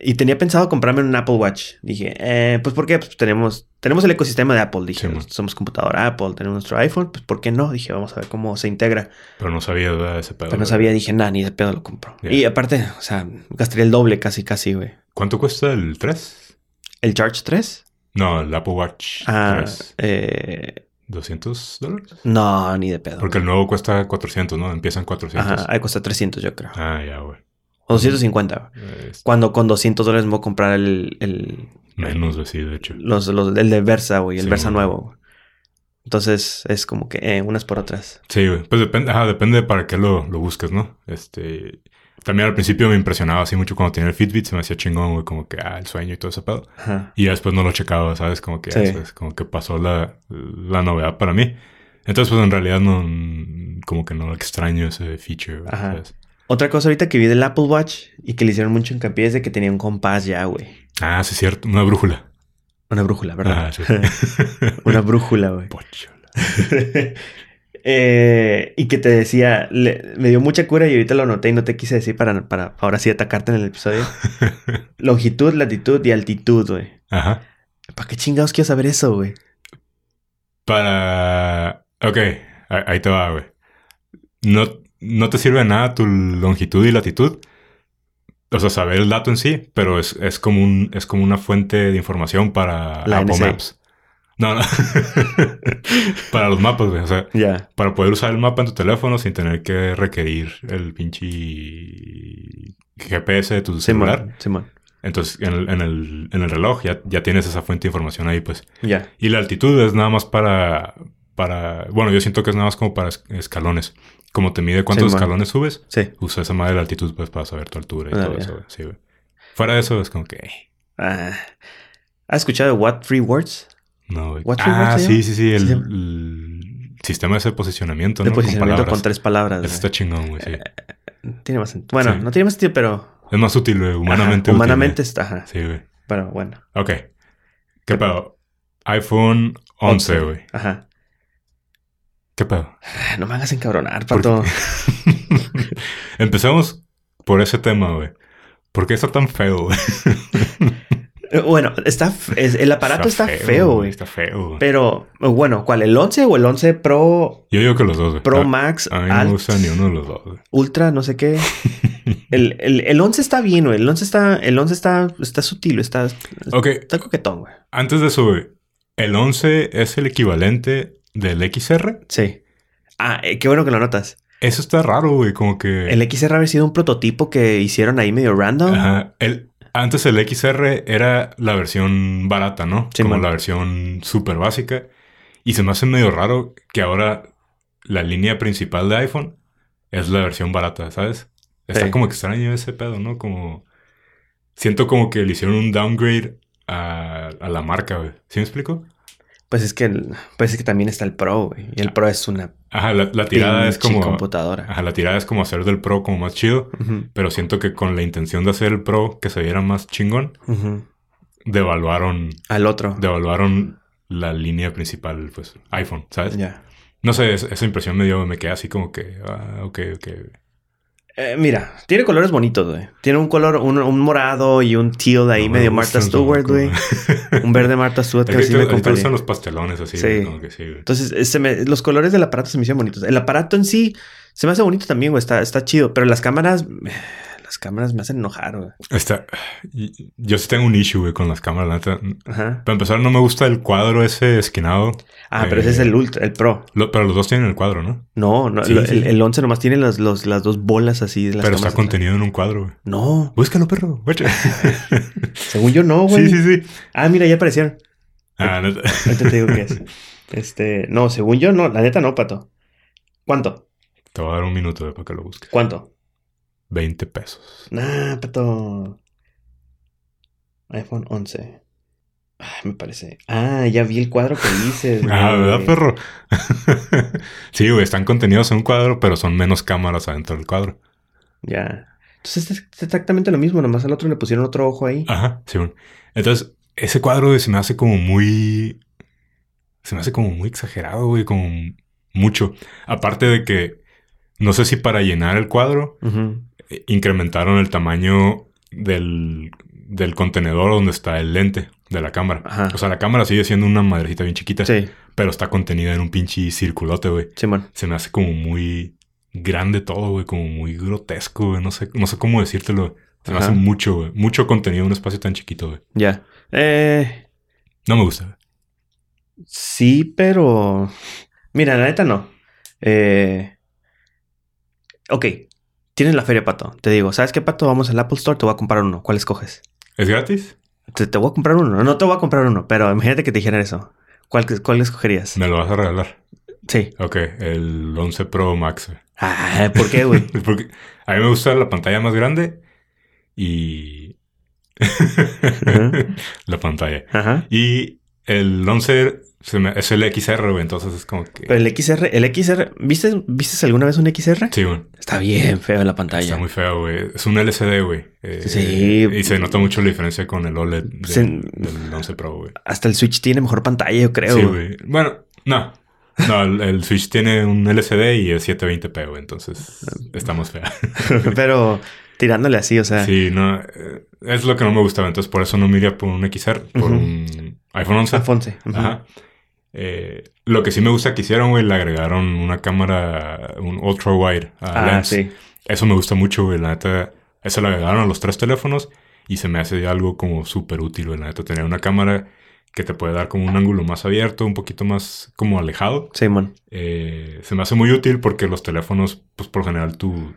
[SPEAKER 3] y tenía pensado comprarme un Apple Watch. Dije, eh, pues porque tenemos, tenemos el ecosistema de Apple. Dije, pues,
[SPEAKER 4] Sí, man.
[SPEAKER 3] somos computadora Apple, tenemos nuestro iPhone. Pues ¿por qué no? Dije, vamos a ver cómo se integra.
[SPEAKER 4] Pero no sabía ¿verdad? ese pedo.
[SPEAKER 3] Pero no
[SPEAKER 4] güey.
[SPEAKER 3] sabía, dije, nada, ni de pedo lo compro.
[SPEAKER 4] Ya.
[SPEAKER 3] Y aparte, o sea, gastaría el doble casi, casi, güey.
[SPEAKER 4] ¿Cuánto cuesta el 3?
[SPEAKER 3] ¿El Charge 3?
[SPEAKER 4] No, el Apple Watch
[SPEAKER 3] Ah,
[SPEAKER 4] 3.
[SPEAKER 3] eh,
[SPEAKER 4] ¿200 dólares?
[SPEAKER 3] no, ni de pedo.
[SPEAKER 4] Porque el
[SPEAKER 3] güey.
[SPEAKER 4] nuevo cuesta 400, ¿no? Empiezan 400.
[SPEAKER 3] Ajá, ahí cuesta 300, yo creo.
[SPEAKER 4] Ah, ya, güey.
[SPEAKER 3] O 250. güey.
[SPEAKER 4] Eh, es
[SPEAKER 3] Cuando con 200 dólares me voy a comprar el, el,
[SPEAKER 4] menos, güey, sí, de hecho.
[SPEAKER 3] los, los- el de Versa, güey, el
[SPEAKER 4] Sí,
[SPEAKER 3] Versa
[SPEAKER 4] güey.
[SPEAKER 3] nuevo. güey. Entonces es como que eh, unas por otras.
[SPEAKER 4] Sí, güey. Pues depende, ajá, depende de para qué lo, lo busques, ¿no? Este. También al principio me impresionaba así mucho cuando tenía el Fitbit, se me hacía chingón, güey, como que, ah, el sueño y todo ese pedo.
[SPEAKER 3] Ajá.
[SPEAKER 4] Y ya después no lo checaba, ¿sabes? Como que,
[SPEAKER 3] Sí.
[SPEAKER 4] eso es como que pasó la, la novedad para mí. Entonces, pues en realidad no, como que no extraño ese feature, güey,
[SPEAKER 3] Ajá.
[SPEAKER 4] ¿sabes?
[SPEAKER 3] Otra cosa ahorita que vi del Apple Watch y que le hicieron mucho hincapié es de que tenía un compás ya, güey.
[SPEAKER 4] Ah, sí, es cierto, una brújula.
[SPEAKER 3] Una brújula, ¿verdad?
[SPEAKER 4] Ah, sí.
[SPEAKER 3] Una brújula, güey.
[SPEAKER 4] Pochola.
[SPEAKER 3] Eh, y que te decía, le- me dio mucha cura y ahorita lo anoté y no te quise decir para, para ahora sí atacarte en el episodio. Longitud, latitud y altitud, güey.
[SPEAKER 4] Ajá.
[SPEAKER 3] ¿Para qué chingados quiero saber eso, güey?
[SPEAKER 4] Para. Ok, ahí ahí te va, güey. No, no te sirve de nada tu longitud y latitud. O sea, saber el dato en sí, pero es, es, como, un, es como una fuente de información para
[SPEAKER 3] La
[SPEAKER 4] Apple
[SPEAKER 3] NSA.
[SPEAKER 4] Maps. No, no. para los mapas, güey. O sea,
[SPEAKER 3] Ya.
[SPEAKER 4] para poder usar el mapa en tu teléfono sin tener que requerir el pinche GPS de tu
[SPEAKER 3] Simón,
[SPEAKER 4] celular.
[SPEAKER 3] Simón.
[SPEAKER 4] Entonces, en el, en el, en el reloj ya, ya tienes esa fuente de información ahí, pues.
[SPEAKER 3] Ya.
[SPEAKER 4] Y la altitud es nada más para, para, bueno, yo siento que es nada más como para es- escalones. Como te mide cuántos
[SPEAKER 3] Sí, man.
[SPEAKER 4] escalones subes,
[SPEAKER 3] Sí.
[SPEAKER 4] usa esa madre de la altitud pues para saber tu altura y
[SPEAKER 3] Ah,
[SPEAKER 4] todo
[SPEAKER 3] ya.
[SPEAKER 4] eso. güey. Sí, güey. Fuera de eso es como que, eh,
[SPEAKER 3] Ah. ¿Has escuchado What Three Words?
[SPEAKER 4] no. güey.
[SPEAKER 3] What's your
[SPEAKER 4] Ah,
[SPEAKER 3] word, se
[SPEAKER 4] sí, sí, sí, el,
[SPEAKER 3] ¿Se llama?
[SPEAKER 4] el sistema ese de posicionamiento,
[SPEAKER 3] De
[SPEAKER 4] ¿no?
[SPEAKER 3] posicionamiento con,
[SPEAKER 4] palabras.
[SPEAKER 3] tres Eh. palabras.
[SPEAKER 4] Eso está chingón, güey, sí.
[SPEAKER 3] güey. Tiene más sentido. Bueno,
[SPEAKER 4] Sí.
[SPEAKER 3] no tiene más sentido, pero.
[SPEAKER 4] Es más útil, güey, humanamente.
[SPEAKER 3] Ajá,
[SPEAKER 4] útil,
[SPEAKER 3] humanamente está. Ajá.
[SPEAKER 4] güey. Sí, güey.
[SPEAKER 3] Pero bueno.
[SPEAKER 4] Ok. ¿Qué pedo? iPhone 11, güey.
[SPEAKER 3] Ajá.
[SPEAKER 4] ¿Qué pedo?
[SPEAKER 3] Ah, No me hagas encabronar,
[SPEAKER 4] ¿Por
[SPEAKER 3] pato.
[SPEAKER 4] Empezamos por ese tema, güey. ¿Por qué está tan feo, güey?
[SPEAKER 3] Eh, Bueno, está. f- es- el aparato está, feo, güey.
[SPEAKER 4] Está feo, güey.
[SPEAKER 3] Pero, eh, bueno, ¿cuál? ¿El 11 o el 11 Pro,
[SPEAKER 4] Yo digo que los dos, güey.
[SPEAKER 3] Pro
[SPEAKER 4] a,
[SPEAKER 3] Max,
[SPEAKER 4] Ah, a mí no
[SPEAKER 3] Alt,
[SPEAKER 4] me gusta ni uno de los dos, güey.
[SPEAKER 3] Ultra, no sé qué? El, el, el 11 está bien, güey. El 11 está, el 11 está, está sutil, está, está
[SPEAKER 4] Ok,
[SPEAKER 3] coquetón, güey.
[SPEAKER 4] antes de eso, güey. El 11 es el equivalente del XR.
[SPEAKER 3] Sí. Ah, eh, qué bueno que lo notas.
[SPEAKER 4] Eso está raro, güey. Como que...
[SPEAKER 3] El XR haber sido un prototipo que hicieron ahí medio random.
[SPEAKER 4] Ajá. El, antes el XR era la versión barata, ¿no?
[SPEAKER 3] Sí,
[SPEAKER 4] Como
[SPEAKER 3] man.
[SPEAKER 4] la versión súper básica. Y se me hace medio raro que ahora la línea principal de iPhone es la versión barata, ¿sabes? Está
[SPEAKER 3] Sí.
[SPEAKER 4] como extraño ese pedo, ¿no? Como... Siento como que le hicieron un downgrade a, a la marca, güey. ¿Sí me explico?
[SPEAKER 3] Pues es que el- pues es que también está el Pro, güey. Y el Pro es una
[SPEAKER 4] Ajá, la, la Ah. tirada es
[SPEAKER 3] pinche
[SPEAKER 4] como... Ah.
[SPEAKER 3] computadora.
[SPEAKER 4] Ajá, la tirada es como hacer del Pro como más chido.
[SPEAKER 3] Ujú,
[SPEAKER 4] Pero siento que con la intención de hacer el Pro que se viera más chingón,
[SPEAKER 3] ujú.
[SPEAKER 4] devaluaron
[SPEAKER 3] Al otro.
[SPEAKER 4] devaluaron la línea principal, pues iPhone, ¿sabes?
[SPEAKER 3] Ya.
[SPEAKER 4] No sé, es- esa impresión me dio, me quedé así como que, ah, ok, ok.
[SPEAKER 3] Eh, mira, tiene colores bonitos, güey. Tiene un color, un, un morado y un teal ahí
[SPEAKER 4] No me
[SPEAKER 3] medio
[SPEAKER 4] gustan
[SPEAKER 3] Martha
[SPEAKER 4] esos
[SPEAKER 3] Stewart,
[SPEAKER 4] locos,
[SPEAKER 3] güey. un verde Martha Stewart
[SPEAKER 4] Es
[SPEAKER 3] que
[SPEAKER 4] que
[SPEAKER 3] sí
[SPEAKER 4] te-
[SPEAKER 3] me
[SPEAKER 4] te
[SPEAKER 3] compré.
[SPEAKER 4] gustan los pastelones así,
[SPEAKER 3] Sí.
[SPEAKER 4] güey, como que sí, güey.
[SPEAKER 3] Entonces, eh, se me- los colores del aparato se me hicieron bonitos. El aparato en sí se me hace bonito también, güey. Está, está chido. Pero las cámaras, eh, las cámaras me hacen enojar, güey.
[SPEAKER 4] Está, y- yo sí tengo un issue, güey, con las cámaras, la neta.
[SPEAKER 3] Ajá.
[SPEAKER 4] Para empezar, no me gusta el cuadro ese esquinado.
[SPEAKER 3] Ah, pero ese
[SPEAKER 4] Eh,
[SPEAKER 3] es el ultra, el pro.
[SPEAKER 4] Lo- pero los dos tienen el cuadro, ¿no?
[SPEAKER 3] No, no
[SPEAKER 4] sí,
[SPEAKER 3] lo-
[SPEAKER 4] sí.
[SPEAKER 3] El, el 11 nomás tiene las, los- las dos bolas así. de Las
[SPEAKER 4] pero
[SPEAKER 3] cámaras Ah,
[SPEAKER 4] está
[SPEAKER 3] atrás.
[SPEAKER 4] contenido en un cuadro, güey.
[SPEAKER 3] No,
[SPEAKER 4] Búscalo, perro. guacha.
[SPEAKER 3] según yo no, güey.
[SPEAKER 4] sí, sí, sí.
[SPEAKER 3] Ah, mira, ya aparecieron.
[SPEAKER 4] Ah, neta.
[SPEAKER 3] Ahorita te digo qué es. Este, no, según yo no, la neta no, pato. ¿Cuánto?
[SPEAKER 4] Te voy a dar un minuto güey, para que lo busques.
[SPEAKER 3] ¿Cuánto?
[SPEAKER 4] 20 pesos.
[SPEAKER 3] Nah, pato. iPhone 11. Ay, me parece. Ah, ya vi el cuadro que dices.
[SPEAKER 4] Ah,
[SPEAKER 3] güey.
[SPEAKER 4] ¿verdad, perro? sí, güey, están contenidos en un cuadro, pero son menos cámaras adentro del cuadro.
[SPEAKER 3] Ya. Entonces es es exactamente lo mismo, nomás al otro le pusieron otro ojo ahí.
[SPEAKER 4] Ajá, sí, güey. Entonces, ese cuadro güey, se me hace como muy. Se me hace como muy exagerado, güey, como mucho. Aparte de que no sé si para llenar el cuadro
[SPEAKER 3] Ujú.
[SPEAKER 4] eh, incrementaron el tamaño del, del contenedor donde está el lente de la cámara.
[SPEAKER 3] Ajá.
[SPEAKER 4] O sea, la cámara sigue siendo una madrecita bien chiquita,
[SPEAKER 3] Ah. Sí,
[SPEAKER 4] pero está contenida en un pinche circulote, güey.
[SPEAKER 3] Simón.
[SPEAKER 4] se me hace como muy grande todo, güey, como muy grotesco, güey. No sé, no sé cómo decírtelo. güey. Se me
[SPEAKER 3] Ajá.
[SPEAKER 4] hace mucho, güey. Mucho contenido en un espacio tan chiquito, güey.
[SPEAKER 3] Ya. Eh.
[SPEAKER 4] No me gusta, güey.
[SPEAKER 3] Sí, pero. Mira, la neta no. Eh... Ok. Tienes la feria, pato. Te digo, ¿sabes qué, pato? Vamos al Apple Store, te voy a comprar uno. ¿Cuál escoges?
[SPEAKER 4] ¿Es gratis?
[SPEAKER 3] Te, te voy a comprar uno. No te voy a comprar uno, pero imagínate que te dijera eso. ¿Cuál, que- cuál escogerías?
[SPEAKER 4] Me lo vas a regalar.
[SPEAKER 3] Sí.
[SPEAKER 4] Ok, el 11 Pro Max. güey.
[SPEAKER 3] Ah, ¿por qué, güey?
[SPEAKER 4] Porque a mí me gusta la pantalla más grande y...
[SPEAKER 3] Ajá.
[SPEAKER 4] la pantalla.
[SPEAKER 3] Ajá.
[SPEAKER 4] Y el 11 se me- es el XR, güey. Entonces es como que...
[SPEAKER 3] Pero el XR, el XR, ¿viste, ¿viste alguna vez un XR?
[SPEAKER 4] Sí, güey.
[SPEAKER 3] Está bien feo la pantalla.
[SPEAKER 4] Está muy feo, güey. Es un LCD, güey. Eh,
[SPEAKER 3] Ah, Sí.
[SPEAKER 4] Y se nota mucho la diferencia con el OLED de-
[SPEAKER 3] Se-
[SPEAKER 4] del 11 Pro, güey.
[SPEAKER 3] Hasta el Switch tiene mejor pantalla, yo creo.
[SPEAKER 4] Sí,
[SPEAKER 3] güey.
[SPEAKER 4] güey. Bueno, no. No, el, el Switch tiene un LCD y es 720p, güey. Entonces
[SPEAKER 3] Ah.
[SPEAKER 4] está más fea.
[SPEAKER 3] pero tirándole así, o sea.
[SPEAKER 4] Sí, no. eh, Es lo que no me gustaba. Entonces por eso no me iría por un XR, por
[SPEAKER 3] Ujú.
[SPEAKER 4] un iPhone 11.
[SPEAKER 3] Afonso. Ujú.
[SPEAKER 4] Ajá. Eh, lo que sí me gusta que hicieron, güey, le agregaron una cámara, un ultra wide a
[SPEAKER 3] Ah,
[SPEAKER 4] lens.
[SPEAKER 3] sí.
[SPEAKER 4] Eso me gusta mucho, güey. La neta, eso lo agregaron a los tres teléfonos y se me hace algo como súper útil, güey. La neta, tener una cámara que te puede dar como un ángulo más abierto, un poquito más como alejado.
[SPEAKER 3] Simón.
[SPEAKER 4] Eh, se me hace muy útil porque los teléfonos, pues por lo general tú...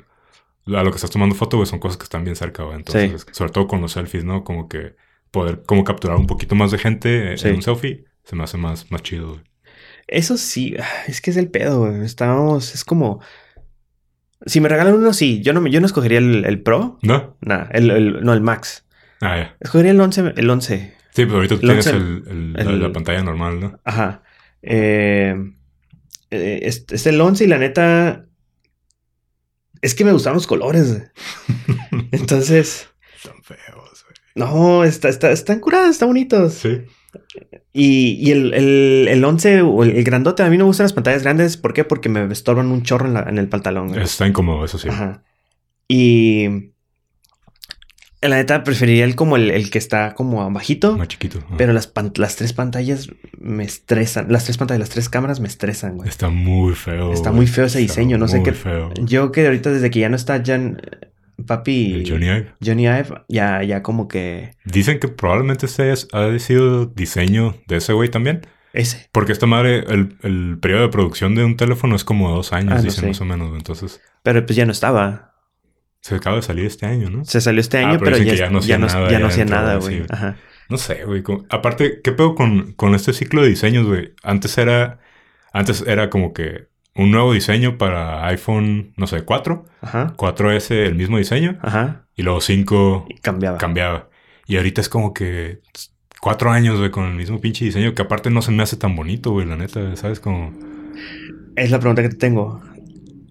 [SPEAKER 4] A lo que estás tomando foto, güey, son cosas que están bien cerca, güey. Entonces, sobre todo con los selfies, ¿no? Como que poder como capturar un poquito más de gente eh,
[SPEAKER 3] Sí.
[SPEAKER 4] en un selfie se me hace más, más chido, güey.
[SPEAKER 3] Eso sí, es que es el pedo, güey. Estábamos, es como. Si me regalan uno, sí. Yo no, me- yo no escogería el, el Pro.
[SPEAKER 4] ¿No?
[SPEAKER 3] Nah, el, el- no, el Max.
[SPEAKER 4] Ah, ya.
[SPEAKER 3] Escogería el 11. El 11.
[SPEAKER 4] Sí, pero ahorita tú
[SPEAKER 3] El
[SPEAKER 4] tienes
[SPEAKER 3] once-
[SPEAKER 4] el- el- la-
[SPEAKER 3] el-
[SPEAKER 4] la pantalla normal, ¿no?
[SPEAKER 3] Ajá. Eh, eh, es, es el 11 y la neta. Es que me gustaron los colores. güey. Entonces,
[SPEAKER 4] Están feos, güey.
[SPEAKER 3] no, está, está, están curados, están bonitos.
[SPEAKER 4] Sí.
[SPEAKER 3] Y, y el, el, el 11 o el, el grandote, a mí no me gustan las pantallas grandes. ¿Por qué? Porque me estorban un chorro en, la- en el pantalón. güey.
[SPEAKER 4] Está incómodo, eso sí.
[SPEAKER 3] Ajá. Y la neta preferiría el como el, el que está como bajito,
[SPEAKER 4] Más chiquito. Ah. ajá.
[SPEAKER 3] pero las, pan- las tres pantallas me estresan. Las tres pantallas, las tres cámaras me estresan, güey.
[SPEAKER 4] Está muy feo.
[SPEAKER 3] Está
[SPEAKER 4] güey.
[SPEAKER 3] muy feo ese
[SPEAKER 4] Está
[SPEAKER 3] diseño, no sé
[SPEAKER 4] muy
[SPEAKER 3] qué-
[SPEAKER 4] feo.
[SPEAKER 3] Yo que ahorita desde que ya no está Jan, eh, papi,
[SPEAKER 4] El Johnny Ive.
[SPEAKER 3] Johnny Ive, ya, ya como que
[SPEAKER 4] Dicen que probablemente este es- ha sido diseño de ese güey también.
[SPEAKER 3] ese.
[SPEAKER 4] Porque esta madre, el, el periodo de producción de un teléfono es como dos años,
[SPEAKER 3] Ah, no
[SPEAKER 4] dicen
[SPEAKER 3] sé.
[SPEAKER 4] más o menos. Entonces,
[SPEAKER 3] Pero pues ya no estaba.
[SPEAKER 4] se acaba de salir este año, ¿no?
[SPEAKER 3] Se salió este
[SPEAKER 4] Ah,
[SPEAKER 3] año,
[SPEAKER 4] pero
[SPEAKER 3] pero,
[SPEAKER 4] dicen
[SPEAKER 3] ya,
[SPEAKER 4] que ya no hacía
[SPEAKER 3] ya no,
[SPEAKER 4] nada
[SPEAKER 3] ya no
[SPEAKER 4] ya
[SPEAKER 3] hacía
[SPEAKER 4] dentro,
[SPEAKER 3] nada,
[SPEAKER 4] sí,
[SPEAKER 3] güey.
[SPEAKER 4] güey.
[SPEAKER 3] Ajá.
[SPEAKER 4] No sé, güey. como- Aparte, ¿qué pedo con, con este ciclo de diseños, güey? Antes era, antes era como que un nuevo diseño para iPhone, no sé, 4.
[SPEAKER 3] Ajá.
[SPEAKER 4] 4S, el mismo diseño.
[SPEAKER 3] Ajá.
[SPEAKER 4] Y luego 5,
[SPEAKER 3] Y cambiaba.
[SPEAKER 4] cambiaba. Y ahorita es como que cuatro años, güey, con el mismo pinche diseño que aparte no se me hace tan bonito, güey, la neta, ¿sabes? Como...
[SPEAKER 3] Es la pregunta que te tengo.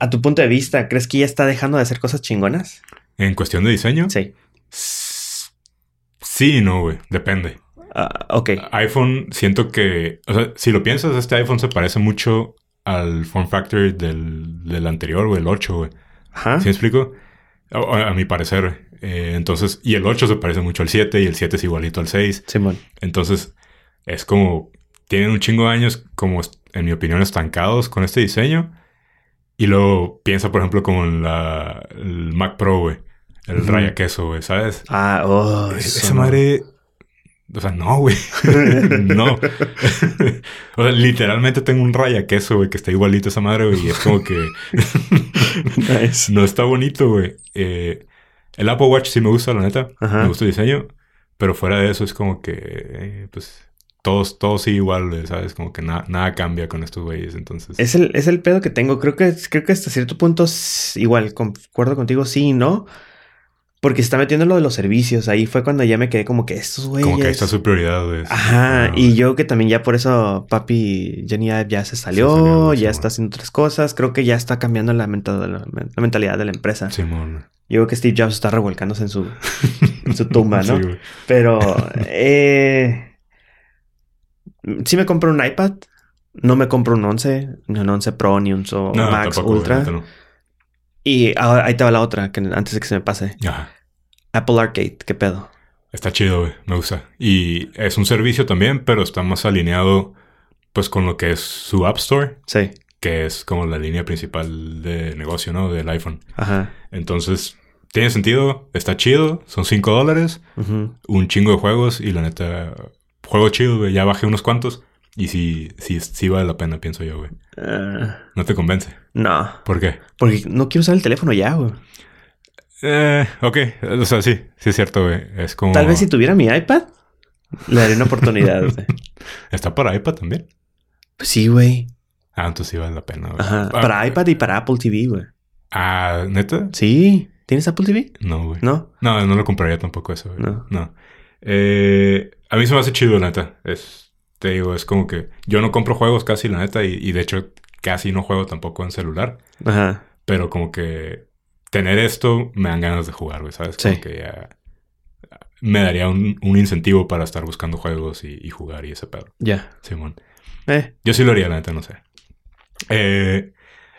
[SPEAKER 3] A tu punto de vista, ¿crees que ya está dejando de hacer cosas chingonas?
[SPEAKER 4] En cuestión de diseño.
[SPEAKER 3] Sí.
[SPEAKER 4] s- Sí y no, güey, depende.
[SPEAKER 3] Ah, ok.
[SPEAKER 4] iPhone, siento que, o sea, si lo piensas, este iPhone se parece mucho al form factor del, del anterior, güey, el 8, güey.
[SPEAKER 3] Ajá.
[SPEAKER 4] ¿Sí me explico? A, a- a mi parecer. güey. Eh, entonces, y el 8 se parece mucho al 7 y el 7 es igualito al 6.
[SPEAKER 3] Simón.
[SPEAKER 4] Entonces, es como. Tienen un chingo de años, como est- en mi opinión, estancados con este diseño. Y luego piensa, por ejemplo, como en la, el Mac Pro, güey. El
[SPEAKER 3] Ujú.
[SPEAKER 4] raya queso, güey, ¿sabes?
[SPEAKER 3] Ah, oh.
[SPEAKER 4] Es-
[SPEAKER 3] eso
[SPEAKER 4] E-, Esa
[SPEAKER 3] no.
[SPEAKER 4] madre. O sea, no, güey. no. o sea, literalmente tengo un raya queso, güey, que está igualito a esa madre, güey. Y es como que
[SPEAKER 3] Nice.
[SPEAKER 4] no está bonito, güey. Eh, el Apple Watch sí me gusta, la neta.
[SPEAKER 3] Ajá.
[SPEAKER 4] Me gusta el diseño. Pero fuera de eso es como que, eh, pues, todos, todos sí igual, güey, ¿sabes? Como que na- nada cambia con estos güeyes, entonces.
[SPEAKER 3] Es el, es el pedo que tengo. Creo que, creo que hasta cierto punto s- igual, concuerdo contigo, sí y no. Porque se está metiendo lo de los servicios. Ahí fue cuando ya me quedé como que estos güeyes.
[SPEAKER 4] Como que ahí está su prioridad, güey.
[SPEAKER 3] Ajá,
[SPEAKER 4] Ah,
[SPEAKER 3] y yo que también ya por eso papi Jenny ya, ya se salió,
[SPEAKER 4] salió,
[SPEAKER 3] ya
[SPEAKER 4] Simón.
[SPEAKER 3] está haciendo otras cosas, creo que ya está cambiando la, menta- la mentalidad de la empresa.
[SPEAKER 4] Simón.
[SPEAKER 3] Yo creo que Steve Jobs está revolcándose en su, en su tumba, ¿no?
[SPEAKER 4] Sí, güey.
[SPEAKER 3] Pero eh, sí me compro un iPad, no me compro un 11, ni un 11 Pro, ni un so-
[SPEAKER 4] No,
[SPEAKER 3] Max
[SPEAKER 4] tampoco, güey,
[SPEAKER 3] Ultra.
[SPEAKER 4] neta no.
[SPEAKER 3] Y ahora, ahí te va la otra, que antes de que se me pase.
[SPEAKER 4] Ajá.
[SPEAKER 3] Apple Arcade, ¿qué pedo?
[SPEAKER 4] Está chido, güey. Me gusta. Y es un servicio también, pero está más alineado pues con lo que es su App Store,
[SPEAKER 3] Sí,
[SPEAKER 4] que es como la línea principal de negocio, ¿no? Del iPhone.
[SPEAKER 3] ajá.
[SPEAKER 4] Entonces, tiene sentido, está chido, son 5 dólares,
[SPEAKER 3] ujú.
[SPEAKER 4] un chingo de juegos y la neta, juego chido, güey. Ya bajé unos cuantos y sí, sí, sí vale la pena, pienso yo, güey.
[SPEAKER 3] Eh,
[SPEAKER 4] No te convence.
[SPEAKER 3] no.
[SPEAKER 4] ¿Por qué?
[SPEAKER 3] Porque no quiero usar el teléfono ya, güey.
[SPEAKER 4] Eh, ok, o sea, sí, sí es cierto, güey. Es como...
[SPEAKER 3] Tal vez si tuviera mi iPad, le daría una oportunidad. güey.
[SPEAKER 4] Está para iPad también.
[SPEAKER 3] Pues sí, güey.
[SPEAKER 4] Ah, entonces sí vale la pena, güey.
[SPEAKER 3] Ajá.
[SPEAKER 4] Ah,
[SPEAKER 3] Para iPad y para Apple TV, güey.
[SPEAKER 4] Ah, ¿neta?
[SPEAKER 3] Sí. ¿Tienes Apple TV?
[SPEAKER 4] No, güey.
[SPEAKER 3] No.
[SPEAKER 4] No, no lo compraría tampoco eso, güey.
[SPEAKER 3] No.
[SPEAKER 4] No. Eh, a mí se me hace chido, la neta. Es, te digo, es como que yo no compro juegos casi, la neta, y, y de hecho casi no juego tampoco en celular.
[SPEAKER 3] Ajá.
[SPEAKER 4] Pero como que tener esto me dan ganas de jugar, güey, ¿sabes? Como
[SPEAKER 3] Sí.
[SPEAKER 4] que ya me daría un, un incentivo para estar buscando juegos y, y jugar y ese pedo.
[SPEAKER 3] Ya.
[SPEAKER 4] Simón.
[SPEAKER 3] Eh.
[SPEAKER 4] Yo sí lo haría, la neta, no sé. Eh,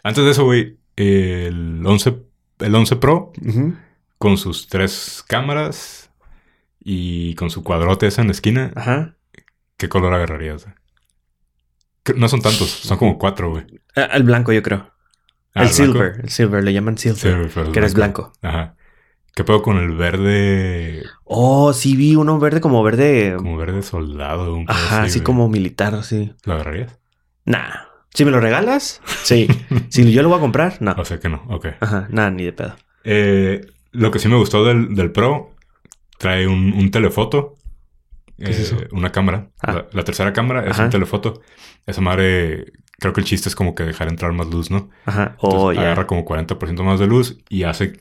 [SPEAKER 4] antes de eso, güey, el 11, el 11 Pro
[SPEAKER 3] ujú.
[SPEAKER 4] con sus tres cámaras y con su cuadrote esa en la esquina,
[SPEAKER 3] Ajá.
[SPEAKER 4] ¿qué color agarrarías? güey? Que No son tantos, son como cuatro, güey.
[SPEAKER 3] Ah, El blanco, yo creo.
[SPEAKER 4] Ah,
[SPEAKER 3] el
[SPEAKER 4] blanco.
[SPEAKER 3] silver. El silver. Le llaman silver.
[SPEAKER 4] Sí, güey, pero el
[SPEAKER 3] que eres blanco.
[SPEAKER 4] Ajá. ¿Qué pedo con el verde?
[SPEAKER 3] Oh, sí vi uno verde como verde.
[SPEAKER 4] Como verde soldado. un pedo
[SPEAKER 3] Ajá, así
[SPEAKER 4] güey.
[SPEAKER 3] como militar, así.
[SPEAKER 4] ¿Lo agarrarías?
[SPEAKER 3] Nah. Si me lo regalas, sí. si yo lo voy a comprar, no.
[SPEAKER 4] O sea que no, ok.
[SPEAKER 3] Ajá. Nada, ni de pedo.
[SPEAKER 4] Eh, lo que sí me gustó del, del Pro, trae un, un telefoto.
[SPEAKER 3] es
[SPEAKER 4] eh,
[SPEAKER 3] eso?
[SPEAKER 4] Una cámara.
[SPEAKER 3] Ah.
[SPEAKER 4] La, la tercera cámara es
[SPEAKER 3] Ajá.
[SPEAKER 4] un telefoto. Esa madre, creo que el chiste es como que dejar entrar más luz, ¿no?
[SPEAKER 3] Ajá.
[SPEAKER 4] Entonces,
[SPEAKER 3] Oh, ya.
[SPEAKER 4] agarra como 40% más de luz y hace,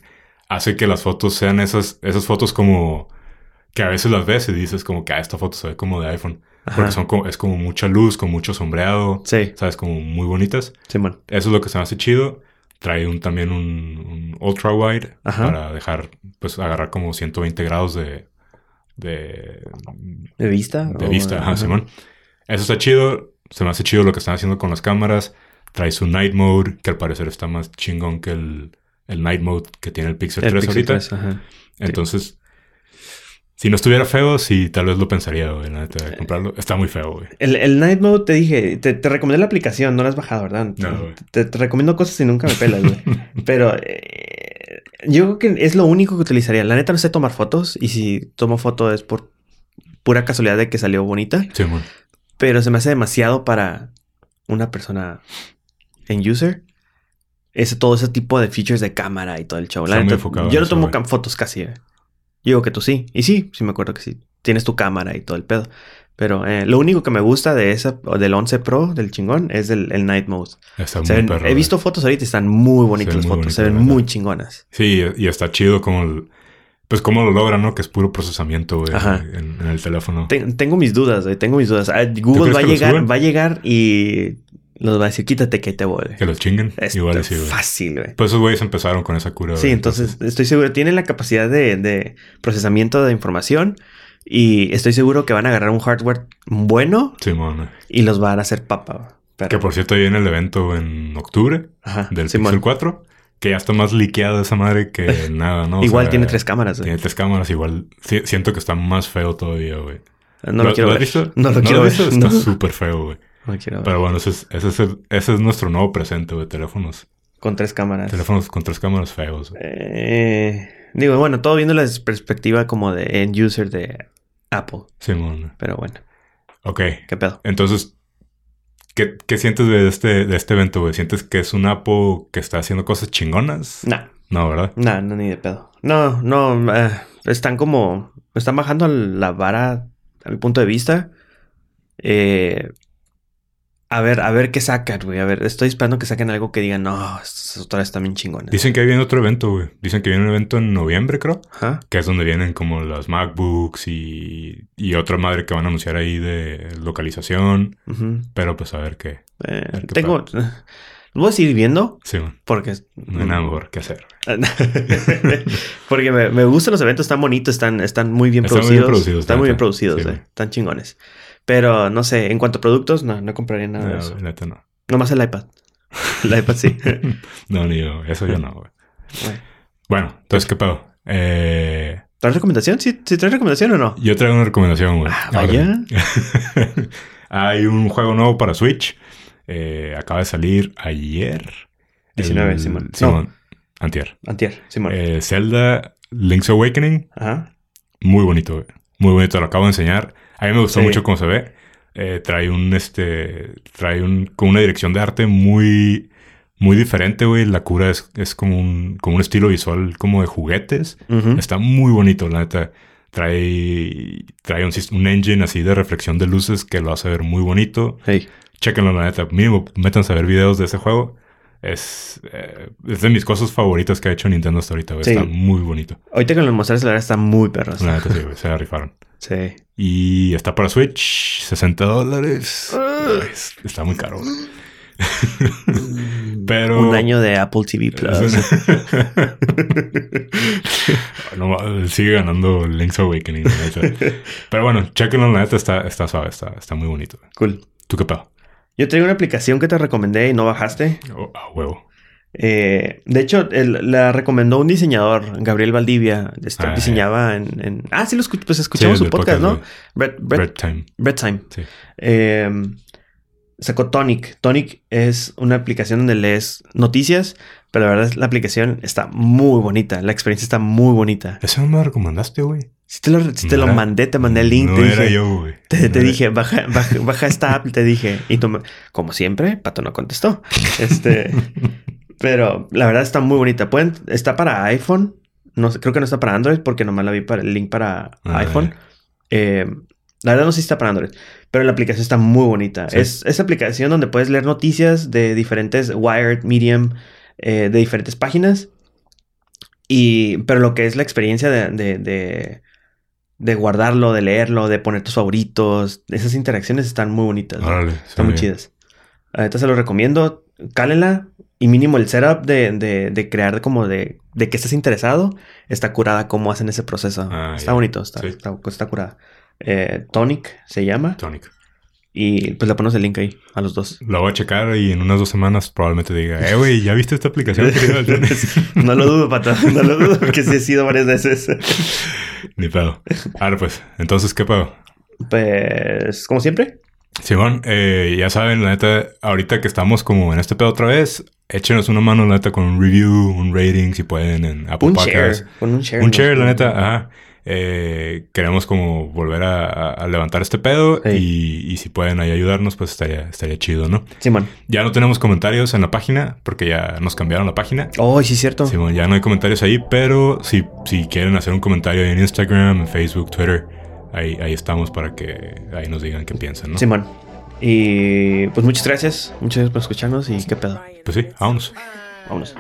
[SPEAKER 4] hace que las fotos sean esas, esas fotos como que a veces las ves y dices como que ah, esta foto se ve como de iPhone.
[SPEAKER 3] Ajá.
[SPEAKER 4] Porque son como, es como mucha luz, con mucho sombreado,
[SPEAKER 3] Sí,
[SPEAKER 4] sabes, como muy bonitas.
[SPEAKER 3] sí, bueno.
[SPEAKER 4] Eso es lo que se me hace chido. Trae un, también un, un ultra wide
[SPEAKER 3] Ajá.
[SPEAKER 4] para dejar, pues agarrar como 120 grados de, de,
[SPEAKER 3] ¿De vista?
[SPEAKER 4] de
[SPEAKER 3] o-
[SPEAKER 4] vista. Ajá, Simón. Eso está chido. Se me hace chido lo que están haciendo con las cámaras. Trae su night mode, que al parecer está más chingón que el, el night mode que tiene el Pixel
[SPEAKER 3] El
[SPEAKER 4] 3
[SPEAKER 3] Pixel
[SPEAKER 4] ahorita.
[SPEAKER 3] 3, ajá.
[SPEAKER 4] Entonces, si no estuviera feo, sí, tal vez lo pensaría, güey, la neta, de comprarlo. Está muy feo, güey.
[SPEAKER 3] El, el Night Mode te dije, te, te recomendé la aplicación, no la has bajado, ¿verdad?
[SPEAKER 4] No, güey.
[SPEAKER 3] te, te recomiendo cosas y nunca me pelas, güey. Pero eh, yo creo que es lo único que utilizaría. La neta no sé tomar fotos y si tomo foto es por pura casualidad de que salió bonita,
[SPEAKER 4] Simón.
[SPEAKER 3] pero se me hace demasiado para una persona en user. Ese, todo ese tipo de features de cámara y todo el show. La
[SPEAKER 4] Está muy
[SPEAKER 3] neta,
[SPEAKER 4] enfocado en
[SPEAKER 3] yo no
[SPEAKER 4] eso,
[SPEAKER 3] tomo
[SPEAKER 4] güey.
[SPEAKER 3] cam- fotos casi. eh. Digo que tú sí. Y sí, sí me acuerdo que sí. Tienes tu cámara y todo el pedo. Pero eh, lo único que me gusta de esa, o del 11 Pro, del chingón, es del, el Night Mode.
[SPEAKER 4] Está
[SPEAKER 3] Se
[SPEAKER 4] muy
[SPEAKER 3] ven-
[SPEAKER 4] perro.
[SPEAKER 3] he
[SPEAKER 4] güey.
[SPEAKER 3] visto fotos ahorita y están muy bonitas
[SPEAKER 4] Se
[SPEAKER 3] las
[SPEAKER 4] ven muy
[SPEAKER 3] fotos. Se ven
[SPEAKER 4] bonitas, la neta.
[SPEAKER 3] muy chingonas.
[SPEAKER 4] Sí, y está chido como el- Pues cómo lo logran, ¿no? Que es puro procesamiento, güey,
[SPEAKER 3] Ajá.
[SPEAKER 4] en, en el teléfono.
[SPEAKER 3] Ten- tengo mis dudas, güey, tengo mis dudas. Ah, Google
[SPEAKER 4] crees
[SPEAKER 3] va a,
[SPEAKER 4] que los
[SPEAKER 3] llegar,
[SPEAKER 4] suben?
[SPEAKER 3] va a llegar y los va a decir, quítate que te voy. güey".
[SPEAKER 4] Que los chinguen.
[SPEAKER 3] Es
[SPEAKER 4] Igual y sí, güey.
[SPEAKER 3] fácil, güey.
[SPEAKER 4] Pues esos güeyes empezaron con esa cura,
[SPEAKER 3] Este Sí,
[SPEAKER 4] güey,
[SPEAKER 3] entonces estoy seguro, tienen la capacidad de, de procesamiento de información y estoy seguro que van a agarrar un hardware bueno
[SPEAKER 4] Simón, güey.
[SPEAKER 3] y los van a hacer papa. Pero-
[SPEAKER 4] Que por cierto viene el evento en octubre
[SPEAKER 3] Ajá,
[SPEAKER 4] del
[SPEAKER 3] Simón.
[SPEAKER 4] Pixel 4, que ya está más liqueada esa madre que nada, ¿no? O
[SPEAKER 3] Igual
[SPEAKER 4] sea,
[SPEAKER 3] tiene tres cámaras. güey.
[SPEAKER 4] Tiene tres cámaras, igual si- siento que está más feo todavía, güey.
[SPEAKER 3] No lo, quiero
[SPEAKER 4] has
[SPEAKER 3] ver.
[SPEAKER 4] visto?
[SPEAKER 3] No lo quiero
[SPEAKER 4] has
[SPEAKER 3] ver.
[SPEAKER 4] visto?
[SPEAKER 3] No,
[SPEAKER 4] Está súper feo, güey.
[SPEAKER 3] no lo quiero ver.
[SPEAKER 4] Pero bueno, ese es, ese, es el- ese es nuestro nuevo presente, güey. Teléfonos.
[SPEAKER 3] Con tres cámaras.
[SPEAKER 4] Teléfonos con tres cámaras feos, güey.
[SPEAKER 3] Eh, Digo, bueno, todo viendo la perspectiva como de end user de Apple.
[SPEAKER 4] Simón.
[SPEAKER 3] Pero bueno,
[SPEAKER 4] Ok.
[SPEAKER 3] ¿qué pedo?
[SPEAKER 4] Entonces, ¿qué, qué sientes de este, de este evento, güey? ¿Sientes que es un Apple que está haciendo cosas chingonas?
[SPEAKER 3] Nah,
[SPEAKER 4] No, ¿verdad?
[SPEAKER 3] nah, no, ni de pedo. No, no, eh, están como, están bajando la vara a mi punto de vista. Eh, a ver, a ver qué sacan, güey. A ver, estoy esperando que saquen algo que digan, no, estas otras están bien chingonas.
[SPEAKER 4] Dicen que viene otro evento, güey. Dicen que viene un evento en noviembre, creo.
[SPEAKER 3] Ajá.
[SPEAKER 4] Que es donde vienen como las MacBooks y, y otra madre que van a anunciar ahí de localización.
[SPEAKER 3] ujú.
[SPEAKER 4] Pero pues a ver qué.
[SPEAKER 3] Eh,
[SPEAKER 4] ver qué
[SPEAKER 3] tengo, voy a seguir viendo
[SPEAKER 4] Sí, man.
[SPEAKER 3] porque...
[SPEAKER 4] No hay nada mejor que hacer. güey.
[SPEAKER 3] Porque me, me gustan los eventos, están bonitos, están, están muy bien
[SPEAKER 4] Están muy bien
[SPEAKER 3] producidos.
[SPEAKER 4] producidos,
[SPEAKER 3] están muy
[SPEAKER 4] la
[SPEAKER 3] bien
[SPEAKER 4] neta.
[SPEAKER 3] producidos,
[SPEAKER 4] Sí,
[SPEAKER 3] eh,
[SPEAKER 4] güey.
[SPEAKER 3] están chingones. Pero no sé, en cuanto a productos, no, no compraría nada de
[SPEAKER 4] No,
[SPEAKER 3] Ah, eso.
[SPEAKER 4] güey, neta no.
[SPEAKER 3] Nomás el iPad. El iPad sí.
[SPEAKER 4] No, ni yo. Eso yo no, güey.
[SPEAKER 3] Bueno.
[SPEAKER 4] Bueno, entonces, ¿qué pedo? Eh,
[SPEAKER 3] ¿Traes recomendación? ¿Sí, sí traes recomendación o no?
[SPEAKER 4] yo traigo una recomendación, güey.
[SPEAKER 3] Ah,
[SPEAKER 4] Ahora
[SPEAKER 3] vaya.
[SPEAKER 4] sí. Hay un juego nuevo para Switch. Eh, acaba de salir ayer.
[SPEAKER 3] 19,
[SPEAKER 4] El-
[SPEAKER 3] Simón.
[SPEAKER 4] Simón. Antier.
[SPEAKER 3] Antier, Simón.
[SPEAKER 4] Eh, Zelda Link's Awakening.
[SPEAKER 3] Ajá.
[SPEAKER 4] Muy bonito, güey. Muy bonito, lo acabo de enseñar. A mí me gustó
[SPEAKER 3] Sí.
[SPEAKER 4] mucho cómo se ve. Eh, trae un, este, trae un, con una dirección de arte muy, muy diferente, güey. La cura es, es como un, como un estilo visual como de juguetes.
[SPEAKER 3] Ujú.
[SPEAKER 4] Está muy bonito, la neta. Trae, trae un, sis- un engine así de reflexión de luces que lo hace ver muy bonito.
[SPEAKER 3] Hey.
[SPEAKER 4] Chéquenlo, la neta. Mínimo, métanse a ver videos de ese juego. Es, eh, es de mis cosas favoritas que ha hecho Nintendo hasta ahorita, güey.
[SPEAKER 3] Sí.
[SPEAKER 4] Está muy bonito.
[SPEAKER 3] Ahorita que los mostrarse, la verdad está muy perros.
[SPEAKER 4] La neta, sí, güey. Se la rifaron.
[SPEAKER 3] Sí.
[SPEAKER 4] Y está para Switch, 60 dólares.
[SPEAKER 3] Ah.
[SPEAKER 4] Es- Está muy caro. güey. Pero.
[SPEAKER 3] Un año de Apple TV Plus.
[SPEAKER 4] No mames, sigue ganando Link's Awakening. la neta. Pero bueno, chequenlo, la neta está, está suave, está, está muy bonito.
[SPEAKER 3] Cool.
[SPEAKER 4] ¿Tú qué pedo?
[SPEAKER 3] Yo traigo una aplicación que te recomendé y no bajaste.
[SPEAKER 4] Oh, a huevo.
[SPEAKER 3] Eh, de hecho, el- la recomendó un diseñador, Gabriel Valdivia. Este,
[SPEAKER 4] Ah,
[SPEAKER 3] diseñaba en, en- Ah, sí, lo escu- pues escuchamos su
[SPEAKER 4] Sí, del
[SPEAKER 3] podcast, ¿no?
[SPEAKER 4] güey.
[SPEAKER 3] Brett, Brett,
[SPEAKER 4] Bread Time.
[SPEAKER 3] Brett Time.
[SPEAKER 4] Sí.
[SPEAKER 3] Eh, sacó Tonic. Tonic es una aplicación donde lees noticias, pero la verdad es que la aplicación está muy bonita. La experiencia está muy bonita.
[SPEAKER 4] Ese no me lo recomendaste, güey.
[SPEAKER 3] Si te lo, si te
[SPEAKER 4] No
[SPEAKER 3] lo
[SPEAKER 4] era-
[SPEAKER 3] mandé, te mandé el link.
[SPEAKER 4] No
[SPEAKER 3] te
[SPEAKER 4] era
[SPEAKER 3] dije,
[SPEAKER 4] yo, güey.
[SPEAKER 3] te,
[SPEAKER 4] No
[SPEAKER 3] te
[SPEAKER 4] era-
[SPEAKER 3] dije, baja, baja, baja esta app, te dije. Y tú, me- como siempre, Pato no contestó. Este, pero la verdad está muy bonita. Pueden, está para iPhone. No, sé, creo que no está para Android porque nomás la vi para el link para
[SPEAKER 4] Ah,
[SPEAKER 3] iPhone. Eh, la verdad no sé si está para Android, pero la aplicación está muy bonita.
[SPEAKER 4] Sí.
[SPEAKER 3] Es, es aplicación donde puedes leer noticias de diferentes Wired, Medium, eh, de diferentes páginas. Y, pero lo que es la experiencia de, de- de- de guardarlo, de leerlo, de poner tus favoritos, esas interacciones están muy bonitas.
[SPEAKER 4] Órale.
[SPEAKER 3] Están muy chidas. Ahorita se los recomiendo. Cálenla. Y mínimo el setup de, de- de crear como de, de que estés interesado. Está curada cómo hacen ese proceso.
[SPEAKER 4] Ah,
[SPEAKER 3] está
[SPEAKER 4] ya.
[SPEAKER 3] bonito. Está,
[SPEAKER 4] Sí.
[SPEAKER 3] está, está curada. Eh, Tonic se llama.
[SPEAKER 4] Tonic.
[SPEAKER 3] Y pues le ponemos el link ahí a los dos.
[SPEAKER 4] La voy a checar y en unas dos semanas probablemente diga, eh, güey, ¿ya viste esta aplicación? que tiene el Tonic?"
[SPEAKER 3] no lo dudo, Pato. No lo dudo porque sí he sido varias veces.
[SPEAKER 4] Ni pedo. Ahora pues, entonces, ¿qué pedo?
[SPEAKER 3] Pues, como siempre.
[SPEAKER 4] Simón, eh, ya saben, la neta, ahorita que estamos como en este pedo otra vez, échenos una mano, la neta, con un review, un rating, si pueden, en Apple
[SPEAKER 3] Un
[SPEAKER 4] Podcasts.
[SPEAKER 3] share. Con un share.
[SPEAKER 4] Un
[SPEAKER 3] nos-
[SPEAKER 4] share, la neta, ajá. Eh, queremos como volver a, a- a levantar este pedo y, y si pueden ahí ayudarnos, pues estaría, estaría chido, ¿no?
[SPEAKER 3] Simón.
[SPEAKER 4] Ya no tenemos comentarios en la página porque ya nos cambiaron la página.
[SPEAKER 3] Oh, sí, es cierto.
[SPEAKER 4] Simón, ya no hay comentarios ahí, pero si, si quieren hacer un comentario en Instagram, en Facebook, Twitter, ahí, ahí estamos para que ahí nos digan qué piensan, ¿no?
[SPEAKER 3] Simón. Y pues muchas gracias. Muchas gracias por escucharnos y qué pedo.
[SPEAKER 4] Pues sí, vámonos.
[SPEAKER 3] Vámonos.